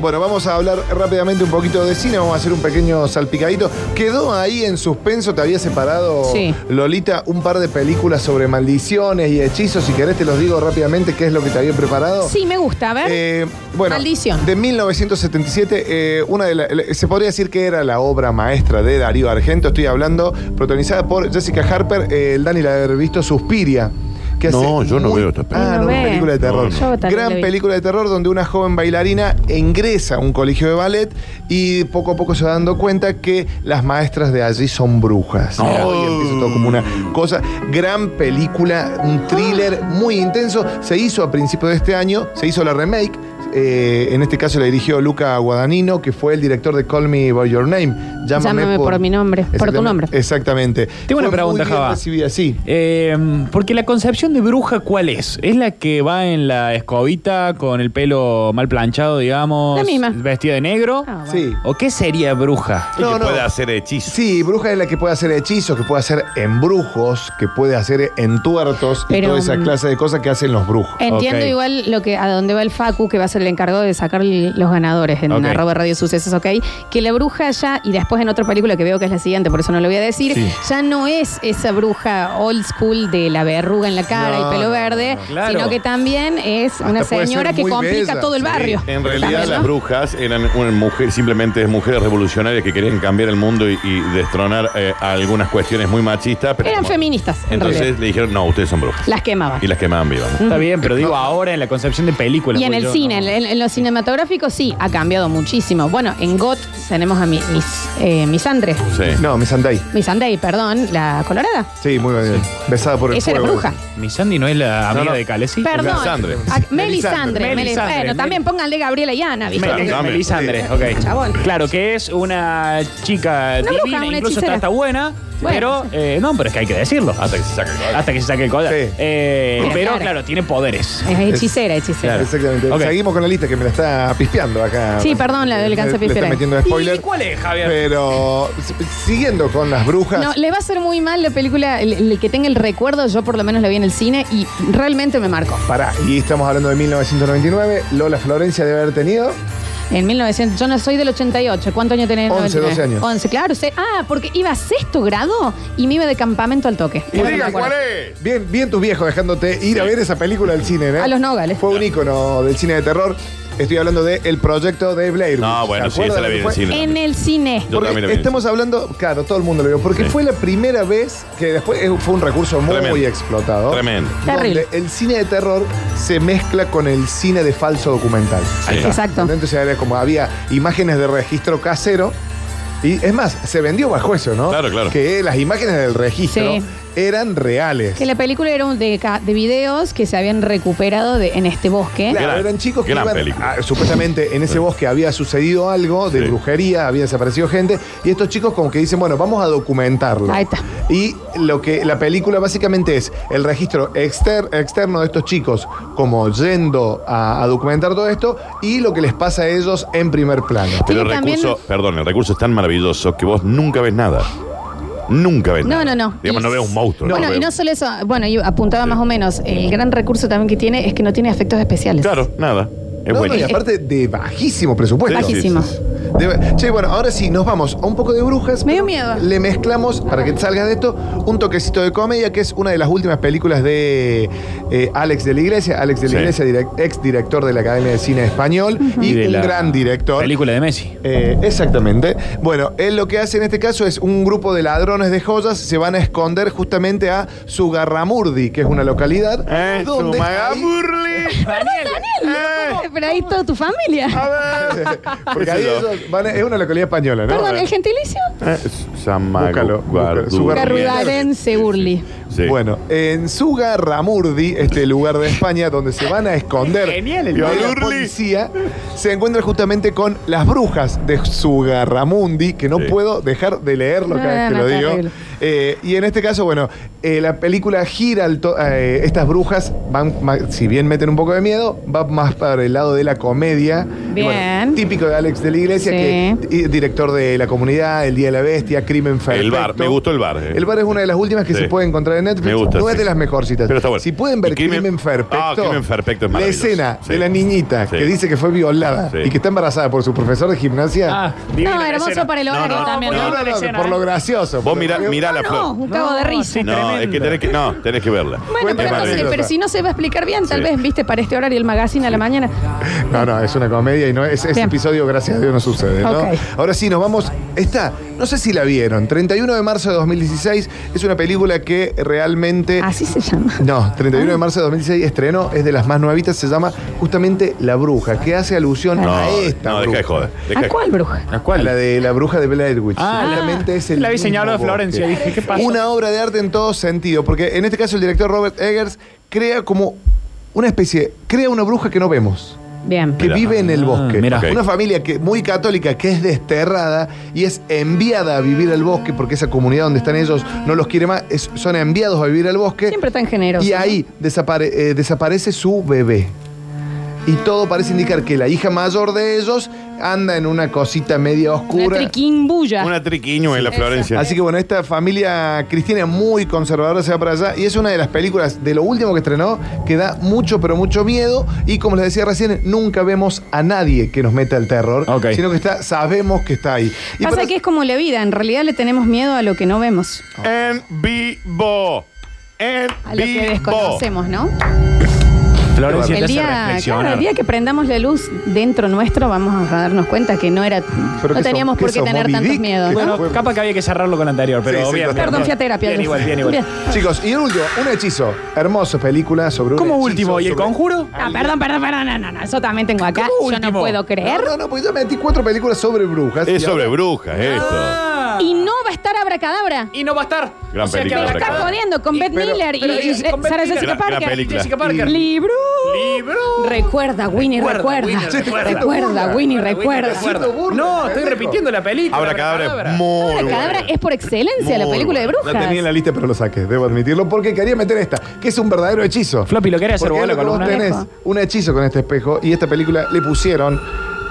Bueno, vamos a hablar rápidamente un poquito de cine, vamos a hacer un pequeño salpicadito. Quedó ahí en suspenso, te había separado, Sí. Lolita, un par de películas sobre maldiciones y hechizos. Si querés te los digo rápidamente qué es lo que te había preparado. Sí, me gusta, a ver. Eh, bueno, Maldición. de 1977, eh, una de la- le- se podría decir que era la obra maestra de Darío Argento. Estoy hablando, protagonizada por Jessica Harper. eh, el Dani la debe haber visto, Suspiria. que hace No, yo no veo esta Ah, película. no, No ve. película de terror. Yo también Gran la vi. película de terror donde una joven bailarina ingresa a un colegio de ballet y poco a poco se va dando cuenta que las maestras de allí son brujas. No. Y empieza todo como una cosa. Gran película, un thriller muy intenso. Se hizo a principios de este año, se hizo la remake. eh, en este caso la dirigió Luca Guadagnino, que fue el director de Call Me By Your Name. Llámame, Llámame por mi nombre, por tu Exactamente, nombre. Exactamente. Tengo Fue una muy pregunta, bien Java. recibida, sí. Eh, porque la concepción de bruja, ¿cuál es? ¿Es la que va en la escobita con el pelo mal planchado, digamos? La misma. Vestida de negro. Ah, bueno. Sí. ¿O qué sería bruja? No, que no. puede hacer hechizo. Sí, bruja es la que puede hacer hechizos, que puede hacer embrujos, que puede hacer entuertos y Pero, toda esa mm, eh. clase de cosas que hacen los brujos. Entiendo Ok. igual lo que a dónde va el Facu, que va a ser el encargado de sacar l- los ganadores en Ok. arroba radio sucesos, ¿ok? Que la bruja ya, y después en otra película que veo que es la siguiente, por eso no lo voy a decir, Sí. ya no es esa bruja old school de la verruga en la cara No, y pelo no, verde, no, no. Claro. sino que también es Hasta una puede señora ser que muy complica bella, todo el sí. barrio. En realidad También, las ¿no? brujas eran una mujer, simplemente mujeres revolucionarias que querían cambiar el mundo y, y destronar eh, algunas cuestiones muy machistas. pero Eran como- feministas, en Entonces realidad. le dijeron, no, ustedes son brujas. Las quemaban. Y las quemaban vivas. Está bien, pero digo ahora en la concepción de película. Y en porque el yo cine, no- en, en lo cinematográfico sí, ha cambiado muchísimo. Bueno, en GOT tenemos a mi- mis, eh, Misandre. Sí. No, Miss Andai. Misandei, perdón, la colorada. Sí, muy bien. Besada por el Esa era fuego. bruja. Missandei no es la amiga No, no. de Calesi. Perdón. Melisandre. Ah, Melisandre. Melisandre. Melis- Bueno, Melisandre. también pónganle Gabriela y Ana, ¿viste? Claro, Mel- dame. Melisandre, ok. Chabón. Claro, que es una chica Una divina, bruja, una incluso hechicera. está, está buena, Bueno, pero eh, no, pero es que hay que decirlo. Hasta que se saca el collar. Hasta que se saque el collar. Sí. Eh, Pero pero claro. claro, tiene poderes. Es hechicera, hechicera. Claro. Exactamente. Ok. Seguimos con la lista que me la está pispeando acá. Sí, perdón, la del ganso Le- le está pispera. metiendo ¿Y spoiler. cuál es, Javier? Pero si- siguiendo con las brujas. No, le va a hacer muy mal la película, el, el que tenga el recuerdo, yo por lo menos la vi en el cine y realmente me marcó. Pará, y estamos hablando de 1999. Lola Florencia debe haber tenido. En 1900, yo no soy del 88, ¿cuántos años tenés? 11, 99? 12 años. 11, claro. sé- ah, porque iba a sexto grado y me iba de campamento al toque. Y Ahora digan me acuerdo. cuál es. Bien, bien tus viejos dejándote ir a ver esa película del cine, ¿eh? A los Nogales. Fue un ícono del cine de terror. Estoy hablando del proyecto de Blair. Witch. No, bueno, ¿Se sí, esa la acuerdan vi que en fue? el cine. En el cine. Yo también la Porque vi en el estamos hablando, claro, todo el mundo lo vio, porque Sí. fue la primera vez que después eh, fue un recurso muy, Tremendo. explotado. Tremendo. donde Terrible. el cine de terror se mezcla con el cine de falso documental. Ahí está. Exacto. Entonces era como había imágenes de registro casero. Y es más, se vendió bajo eso, ¿no? Claro, claro. Que las imágenes del registro Sí. eran reales. Que la película era un de, ca- de videos que se habían recuperado de, en este bosque. Claro, Gran- eran chicos que gran iban, película. ah, supuestamente en ese bosque había sucedido algo de Sí. brujería, había desaparecido gente, y estos chicos como que dicen, bueno, vamos a documentarlo. Ahí está. Y lo que la película básicamente es el registro exter- externo de estos chicos, como yendo a, a documentar todo esto, y lo que les pasa a ellos en primer plano. Pero el Sí, también- recurso, perdón, el recurso es tan maravilloso que vos nunca ves nada. Nunca ves No, nada. no, no. Digamos, Y- no veo un monstruo. bueno, veo- y no solo eso, bueno, yo apuntaba más o menos, el gran recurso también que tiene es que no tiene efectos especiales. Claro, nada. Es No, no, y buenísimo. aparte de bajísimo presupuesto. Sí, sí, Bajísimo. sí, sí. De- che, bueno, ahora sí, nos vamos a un poco de brujas. Me dio pero miedo. Le mezclamos, para que salgas de esto, un toquecito de comedia, que es una de las últimas películas de eh, Alex de la Iglesia. Alex de la Sí. Iglesia, direc- ex director de la Academia de Cine Español y, de un la gran director. Película de Messi. Eh, exactamente. Bueno, él lo que hace en este caso es un grupo de ladrones de joyas se van a esconder justamente a Sugarramurdi, que es una localidad. Eh, donde su ahí- magaburli. Eh, Pero ahí toda tu familia. Porque ahí Eso. ellos van a- es una localidad española, ¿no? Perdón, ¿el gentilicio? Eh, Samago- Búscalo, búscalo. Guardu- Garrudarense Burli. Sí. Bueno, en Sugarramurdi, este lugar de España donde se van a esconder Genial el de la nombre. policía, se encuentra justamente con las brujas de Sugarramundi, que no Sí. puedo dejar de leerlo cada vez que No, no, lo digo. terrible. Eh, y en este caso, bueno, eh, la película gira, al to- eh, estas brujas van, ma- si bien meten un poco de miedo, va más para el lado de la comedia. Y bueno, Bien. típico de Alex de la Iglesia, Sí. que y- director de La Comunidad, El Día de la Bestia, crimen perfecto. El bar, me gustó el bar. eh. El bar es una de las últimas que Sí. se puede encontrar en Netflix. Me gusta, no es sí. de las mejorcitas. Pero está bueno. Si pueden ver Y Crimen, Crimen- Perfecto, Ah, Crimen Perfecto la es maravilloso. escena Sí. de la niñita Sí. que dice que fue violada Sí. y que está embarazada por su profesor de gimnasia. Ah, divina No, la hermoso escena. para el hogar No, no, también, No, ¿no? no, Divina no, la escena, por ¿eh? lo gracioso. Vos por mirá, lo- mirá la Ah, No, flor. un cago de No, risa. sí. No, es que tenés que, no, tenés que verla. Bueno, pero, Es no sé, maravilloso. pero si no se va a explicar bien, tal Sí. vez, viste, para este horario el magazine a la mañana. No, no, es una comedia y no es, ese Bien. episodio, gracias a Dios, no sucede. ¿no? Ok. Ahora sí, nos vamos. Esta, no sé si la vieron, 31 de marzo de 2016, es una película que realmente... Así se llama. No, 31 de marzo de 2016 estrenó, es de las más nuevitas, se llama justamente La Bruja, que hace alusión No, a esta. no, bruja. deja de joder. deja ¿A de- cuál bruja? ¿La A cual? La de La Bruja de Blair Witch. Ah, Justamente es el la había mismo señalado de bosque. Florencia. Dije, ¿qué pasa? Una obra de arte en todo sentido, porque en este caso el director Robert Eggers crea como una especie, crea una bruja que no vemos Bien. que Mirá. vive en el Ah, bosque. mirá. Una familia que, muy católica que es desterrada y es enviada a vivir al bosque porque esa comunidad donde están ellos no los quiere más, es- son enviados a vivir al bosque. Siempre tan generoso. Y ahí desapare- eh, desaparece su bebé. Y todo parece indicar que la hija mayor de ellos anda en una cosita media Una oscura. triquimbulla. Una triquiño en la Florencia. Así que bueno, esta familia cristiana muy conservadora se va para allá y es una de las películas de lo último que estrenó que da mucho, pero mucho miedo y como les decía recién, nunca vemos a nadie que nos meta el terror, Ok. sino que está, sabemos que está ahí. Y Pasa para- que es como la vida, en realidad le tenemos miedo a lo que no vemos, En vivo. En a lo que vivo. desconocemos, ¿no? Florencia El te hace día, claro, reflexionar. el día que prendamos la luz dentro nuestro vamos a darnos cuenta que no era, qué no teníamos son- qué por qué son, tener Moby tantos Dick? miedos, ¿Qué ¿no? son? Bueno, capaz que había que cerrarlo con la anterior, pero Sí, sí, bien. total. bien, Perdón, bien. fui a terapia. Bien, igual, bien, igual. Bien. Chicos, y el último, un hechizo, hermosa película sobre un Como hechizo último, ¿y el sobre- conjuro? Ah, perdón, perdón, perdón, no, no, no, eso también tengo acá. ¿Cómo Yo no último? puedo No, creer. no, no, porque yo metí cuatro películas sobre brujas. Es y sobre ahora- brujas esto. Ah. Y no va a estar Abracadabra. Y no va a estar. Gran película, Me que está Abracadabra. jodiendo con Beth pero- Miller y, pero y- es- eh, con Beth Sarah Miller. Jessica Gran- gran Parker. película. Jessica Parker. Libro. Libro. Recuerda, Winnie, Recuerda, recuerda. Winnie, recuerda. Recuerda, Winnie, recuerda. recuerda. No, estoy repitiendo la película. Abracadabra es muy Abracadabra buena. es por excelencia la Muy película de La buena. tenía en la brujas. lista, pero lo saqué, debo admitirlo, porque quería meter esta, que es un verdadero hechizo. Floppy, lo querés hacer Porque vos es lo la que vos columna. tenés Espejo. un hechizo con este espejo y esta película le pusieron,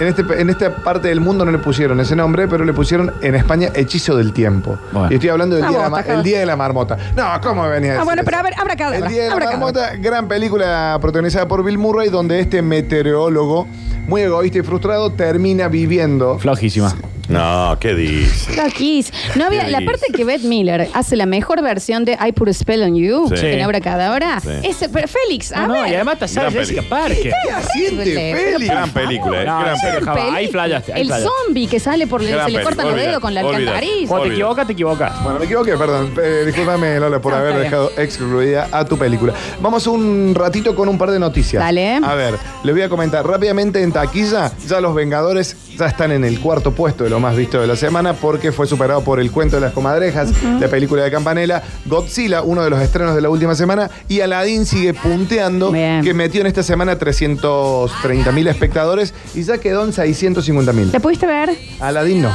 en, este, en esta parte del mundo no le pusieron ese nombre, pero le pusieron en España Hechizo del Tiempo. Bueno. Y estoy hablando del Ah, día, de la, vos, ma- acá. el día de la Marmota. No, ¿cómo venía? Ah, bueno, pero a ver, Abracadabra. El Día de la Abracadabra. Marmota, gran película protagonizada por Bill Murray, donde este meteorólogo, muy egoísta y frustrado, termina viviendo. Flojísima. No, ¿qué dice? Los Kiss. No había, Qué la lindo. parte que Beth Miller hace la mejor versión de I Put a Spell on You Sí. en Abracadabra. Sí. Ese, eh, pero Félix, a Ah, no, ver. y además está Sarah Gran Jessica Parker. ¿Qué horrible. siente, Félix? Gran película, eh. No, gran en serio, película. Java, ahí Película. fallaste. ahí El fallaste. zombie que sale por Gran se le peli, cortan los olvida, dedos con la olvida. alcantarilla. Cuando te Olvídate. equivocas, te equivocas. Bueno, me equivoqué, perdón. Eh, discúlpame, Lola, por No, haber está bien. dejado excluida a tu película. Vamos un ratito con un par de noticias. Dale. A ver, les voy a comentar rápidamente en taquilla. Ya los Vengadores ya están en el cuarto puesto de lo más visto de la semana porque fue superado por El Cuento de las Comadrejas, la película de Campanella, Godzilla, uno de los estrenos de la última semana, y Aladdin sigue punteando, Bien. que metió en esta semana 330 mil espectadores y ya quedó en 650 mil. ¿La pudiste ver? Aladdin no.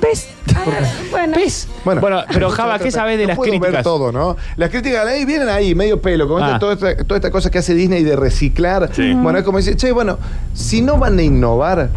¿Ves? Ah, bueno. ¿Ves? Bueno. Bueno, pero Java, ¿qué sabes de No las puedo ver críticas? todo, ¿no? Las críticas de ahí vienen ahí, medio pelo, como Ah. esta- toda, esta, toda esta cosa que hace Disney de reciclar. Sí. Bueno, es como dice, che, bueno, si no van a innovar,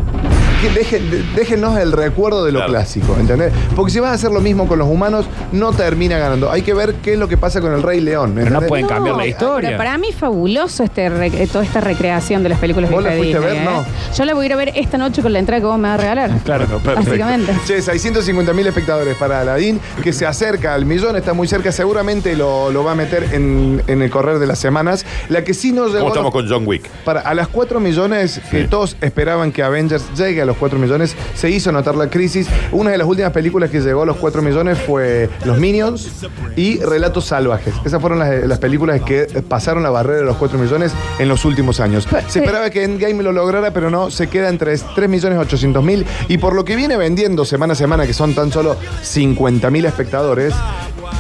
que dejen- de- déjenos el recuerdo de lo Claro. clásico, ¿entendés? Porque si vas a hacer lo mismo con los humanos, no termina ganando. Hay que ver qué es lo que pasa con el Rey León. Pero no ¿entendés? pueden cambiar la pero historia. Para mí fabuloso este re- eh, toda esta recreación de las películas ¿Vos la viejas fuiste a Disney, ver? ¿eh? No. Yo la voy a ir a ver esta noche con la entrada que vos me vas a regalar. Claro, perfecto. Básicamente. Che, 650 mil espectadores para Aladdin, que se acerca al millón, está muy cerca, seguramente lo, lo va a meter en, en el correr de las semanas. La que sí nos ¿Cómo llegó estamos con John Wick? Para, a las 4 millones que todos esperaban que Avengers llegue a los 4 millones, se hizo notar la crisis. Una de las últimas películas que llegó a los 4 millones fue Los Minions y Relatos Salvajes. Esas fueron las, las películas que pasaron la barrera de los 4 millones en los últimos años. Se esperaba que Endgame lo lograra, pero no, se queda entre 3 millones 800 mil. Y por lo que viene vendiendo semana a semana, que son tan solo 50 mil espectadores,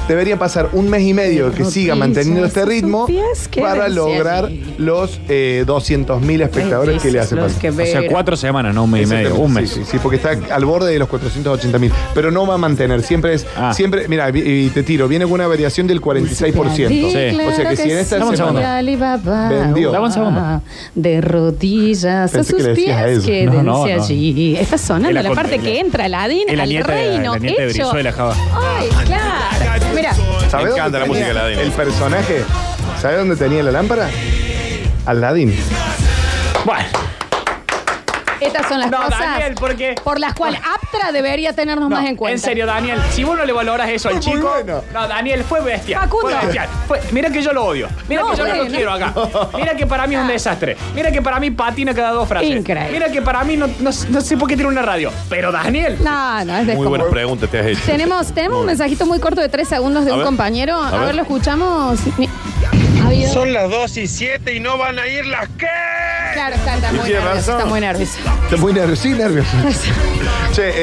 debería pasar un mes y medio que No siga pienses manteniendo este en ritmo tus pies, qué para decías. lograr los eh, 200.000 espectadores que le hace Los falta. que O sea, ver. cuatro semanas, no un mes y medio, un Exactamente, mes. Sí, sí, sí, porque está al borde de los 480 mil. Pero no va a mantener. Siempre es. Ah. Siempre, mira, vi- y te tiro, viene con una variación del 46%. Sí, claro O sea que si en esta Dame un sí, segundo. semana. Alibaba, Vendió. Dame un segundo. De rodillas Pensé a que sus le decías a pies eso. quédense No, no, no. allí. Está sonando Es la la, con- parte es la- que entra Aladín es la al nieta de- reino la nieta de hecho. Brizuela, Java. Ay, claro. Mira, ¿Sabés Me dónde encanta la música tenía de Aladdin. El personaje. ¿Sabes dónde tenía la lámpara? Aladdin. Bueno, estas son las No, cosas Daniel, ¿por qué? por las cuales Aptra debería tenernos más en no, cuenta. en serio, Daniel, si vos no le valoras eso al Muy chico. bueno. No, Daniel, fue bestial. Facundo. Fue bestial. Fue- mira que yo lo odio. Mira No, que yo no lo bueno. quiero acá. Mira que para mí es un desastre. Mira que para mí patina cada dos frases. Increíble. Mira que para mí no, no- no sé por qué tiene una radio. Pero Daniel. No, no, es Muy descomunal. buenas preguntas te has hecho. Tenemos, tenemos un mensajito muy corto de tres segundos de A un ver. compañero. A, A ver. ver. lo escuchamos. Mi- Ah, Son las 2 y 7 y no van a ir las que. Claro, está, está Y muy tiene nervioso. razón. Está muy nervioso. Está muy nervioso. Sí, nervioso. Che, eh,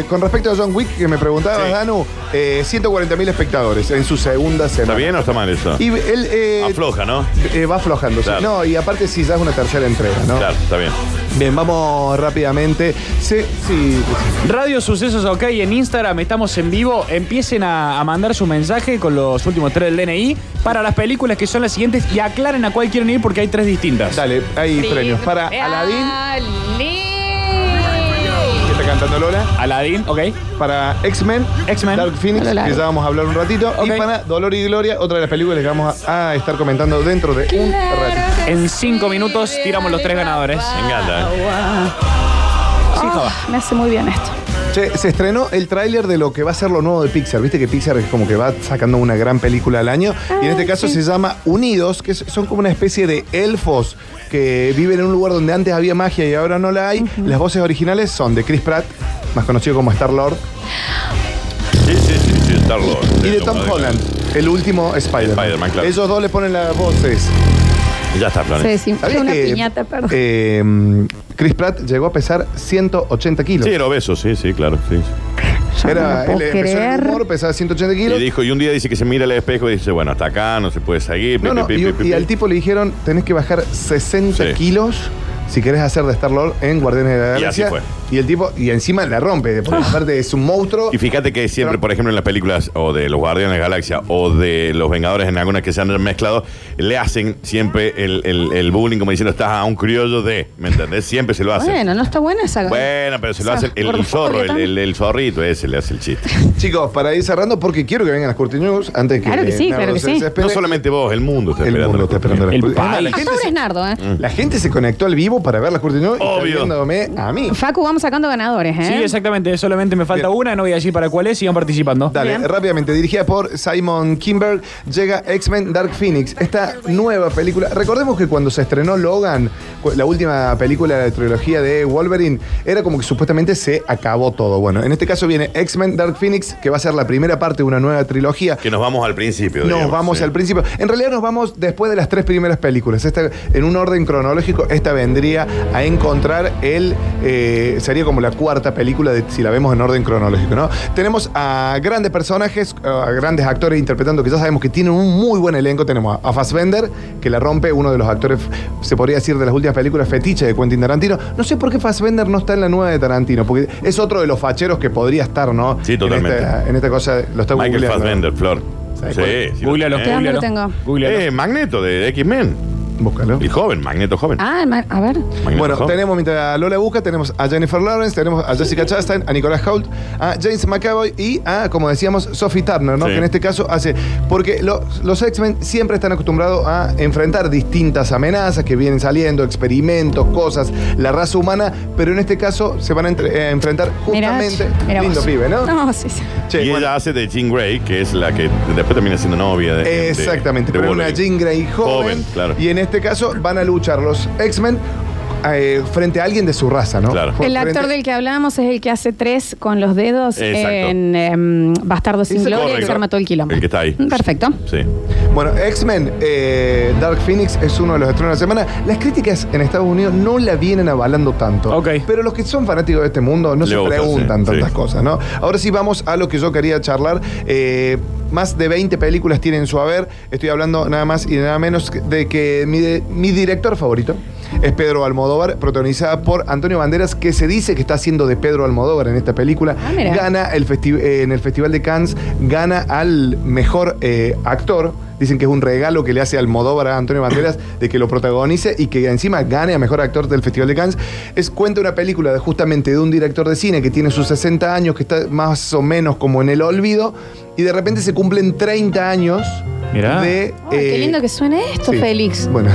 eh, con respecto a John Wick, que me preguntabas, Sí. Danu, eh, 140 mil espectadores en su segunda ¿Está semana. bien o está mal eso? Y él. eh, Afloja, ¿no? eh, va aflojando. sí. Claro. No, y aparte, si ya es una tercera entrega, ¿no? Claro, está bien. Bien, vamos rápidamente. Sí, sí. Radio Sucesos OK en Instagram estamos en vivo. Empiecen a, a mandar su mensaje con los últimos tres del DNI para las películas que son las siguientes y aclaren a cuál quieren ir porque hay tres distintas. Dale, hay premios. Para Ah. Aladín, que está cantando Lola. Aladdin, ok. Para X-Men. X-Men. Dark Phoenix, Hola, Lara. que ya vamos a hablar un ratito. Ok. Y para Dolor y Gloria, otra de las películas que vamos a, a estar comentando dentro de un ratito. En cinco minutos tiramos los tres ganadores. Me encanta. ¿eh? Sí, Java. Ah, Me hace muy bien esto. Che, se estrenó el tráiler de lo que va a ser lo nuevo de Pixar. Viste que Pixar es como que va sacando una gran película al año. y en este caso se llama Unidos, que es- son como una especie de elfos que viven en un lugar donde antes había magia y ahora no la hay. Las voces originales son de Chris Pratt, más conocido como Star-Lord, Sí, sí, sí, sí, Star Lord. y de Tom Holland, el último Spider-Man. Spider-Man, claro. Ellos dos le ponen las voces. Ya está, Se Flores. desinfla ¿Sabías una que, piñata, perdón. eh, Chris Pratt llegó a pesar 180 kilos. Sí, era obeso, sí, sí, claro. sí. Yo no lo Era, puedo él empezó en el creer. humor, pesaba 180 Y kilos. dijo, y un día dice que se mira al espejo y dice, bueno, hasta acá no se puede seguir. pi, No, no, pi, y, pi, pi, y pi. al tipo le dijeron, tenés que bajar 60 Sí. kilos si querés hacer de Star-Lord en Guardianes de la Y así Galaxia. fue. Y el tipo, y encima la rompe, porque Ah. aparte es un monstruo. Y fíjate que siempre, Pero- por ejemplo, en las películas o de los Guardianes de la Galaxia o de los Vengadores, en algunas que se han mezclado, le hacen siempre el, el- el bullying como diciendo, estás a un criollo de, ¿me entendés? Siempre se lo hacen. Bueno, Bueno, no está buena esa. pero se lo esa hace el, el gordofobia zorro, el, tan- el- el zorrito ese le hace el chiste. Chicos, para ir cerrando, porque quiero que vengan las Curti News antes que. Claro que sí, Nardo claro que se sí. desespere. no solamente vos, el mundo está el esperando. mundo está esperando las El Curti- Ah, país. la, Hasta gente ahora es se, Nardo, ¿eh? la gente se conectó al vivo para ver las Curti News y está Mm. Obvio. viéndome a mí. Facu, vamos sacando ganadores, ¿eh? Sí, exactamente. Solamente me falta Bien. una, no voy a decir para cuál es. Sigan participando. Dale, Bien. rápidamente, dirigida por Simon Kimberg, llega X-Men Dark Phoenix, esta nueva película. Recordemos que cuando se estrenó Logan, cu- la última película de la trilogía de Wolverine, era como que supuestamente se acabó todo. Bueno, en este caso viene X-Men Dark Phoenix, que va a ser la primera parte de una nueva trilogía. Que nos vamos al principio. Nos digamos, vamos sí. al principio. En realidad nos vamos después de las tres primeras películas. Esta, en un orden cronológico, esta vendría a encontrar el. eh, sería como la cuarta película de- si la vemos en orden cronológico, ¿no? Tenemos a grandes personajes, a grandes actores interpretando, que ya sabemos que tienen un muy buen elenco. Tenemos a, a Fassbender, que la rompe, uno de los actores, se podría decir, de las últimas películas fetiche de Quentin Tarantino. No sé por qué Fassbender no está en la nueva de Tarantino, porque es otro de los facheros que podría estar, ¿no? Sí, En totalmente. esta- En esta, cosa lo está Michael googleando. Fassbender, Flor. ¿Sabes Sí, cuál? sí, Googlealo, eh. Claro. googlealo. tengo. Googlealo. Eh, Magneto de X-Men. Búscalo. Y joven, Magneto joven. Ah, ma- a ver. Magneto Bueno, joven. tenemos mientras Lola busca, tenemos a Jennifer Lawrence, tenemos a Jessica Chastain, a Nicolas Hoult, a James McAvoy y a, como decíamos, Sophie Turner, ¿no? Sí. Que en este caso hace. Porque lo- los X-Men siempre están acostumbrados a enfrentar distintas amenazas que vienen saliendo, experimentos, cosas, la raza humana, pero en este caso se van a entre- eh, enfrentar Mirá, justamente. mirá vos. lindo pibe, ¿no? No, sí, sí. Che, y bueno, ella hace de Jean Grey, que es la que después termina siendo novia de. de- Exactamente, de pero una Wolverine. Jean Grey joven, Joven, claro. y en este caso van a luchar los X-Men eh, frente a alguien de su raza, ¿no? Claro. El actor Frente- del que hablábamos es el que hace tres con los dedos Exacto. en em, Bastardo sin Ese- Gloria y Correcto. se arma todo el quilombo. El que está ahí. Perfecto. Sí. Bueno, X-Men, eh, Dark Phoenix es uno de los estrenos de la semana. Las críticas en Estados Unidos no la vienen avalando tanto. Ok. Pero los que son fanáticos de este mundo no Le se gusta, preguntan sí, tantas sí. cosas, ¿no? Ahora sí vamos a lo que yo quería charlar. eh, Más de 20 películas tiene en su haber. Estoy hablando nada más y nada menos que- de que mi, de- mi director favorito es Pedro Almodóvar, protagonizada por Antonio Banderas, que se dice que está haciendo de Pedro Almodóvar en esta película. Ah, mira. gana el festi- eh, en el Festival de Cannes, gana al mejor eh, actor. Dicen que es un regalo que le hace Almodóvar a Antonio Banderas de que lo protagonice y que encima gane a mejor actor del Festival de Cannes. Es cuenta una película de, justamente de un director de cine que tiene sus 60 años, que está más o menos como en el olvido, y de repente se cumplen 30 años Mirá. de. Ay, qué eh, lindo que suene esto, sí. Félix. Bueno,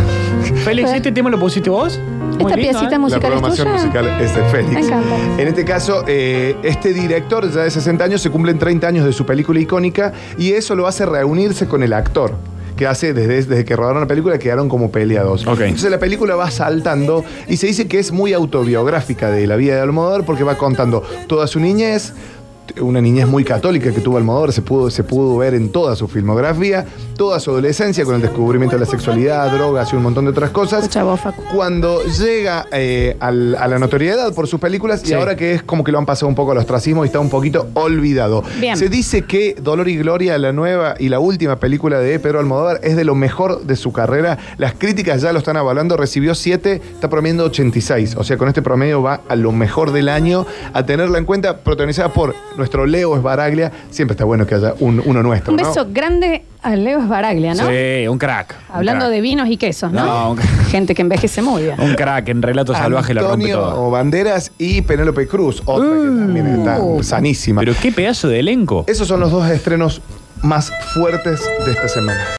Félix, ¿este tema lo pusiste vos? Esta piecita muy ¿eh? la musical es programación tuya. musical es de Félix. Me encanta. En este caso, eh, este director ya de 60 años se cumplen 30 años de su película icónica y eso lo hace reunirse con el actor que hace desde, desde que rodaron la película quedaron como peleados. Ok. Entonces la película va saltando y se dice que es muy autobiográfica de la vida de Almodóvar porque va contando toda su niñez, una niñez muy católica que tuvo Almodóvar, se pudo, se pudo ver en toda su filmografía, toda su adolescencia con el descubrimiento de la sexualidad, drogas y un montón de otras cosas Escucha vos, Facu. cuando llega eh, al- a la notoriedad por sus películas y Sí. ahora que es como que lo han pasado un poco al ostracismo y está un poquito olvidado. Bien. Se dice que Dolor y Gloria, la nueva y la última película de Pedro Almodóvar, es de lo mejor de su carrera. Las críticas ya lo están avalando, recibió 7, está promediando 86. O sea, con este promedio va a lo mejor del año. A tenerla en cuenta, protagonizada por nuestro Leo Esbaraglia. Siempre está bueno que haya un- uno nuestro. Un ¿no? beso grande a Leo Baraglia, ¿no? Sí, un crack. un Hablando crack. de vinos y quesos, ¿no? No, un- Gente que envejece muy bien. Un crack en relato salvaje la rompe Antonio todo. Banderas y Penélope Cruz, otra que Uh. también está sanísima. Pero qué pedazo de elenco. Esos son los dos estrenos más fuertes de esta semana.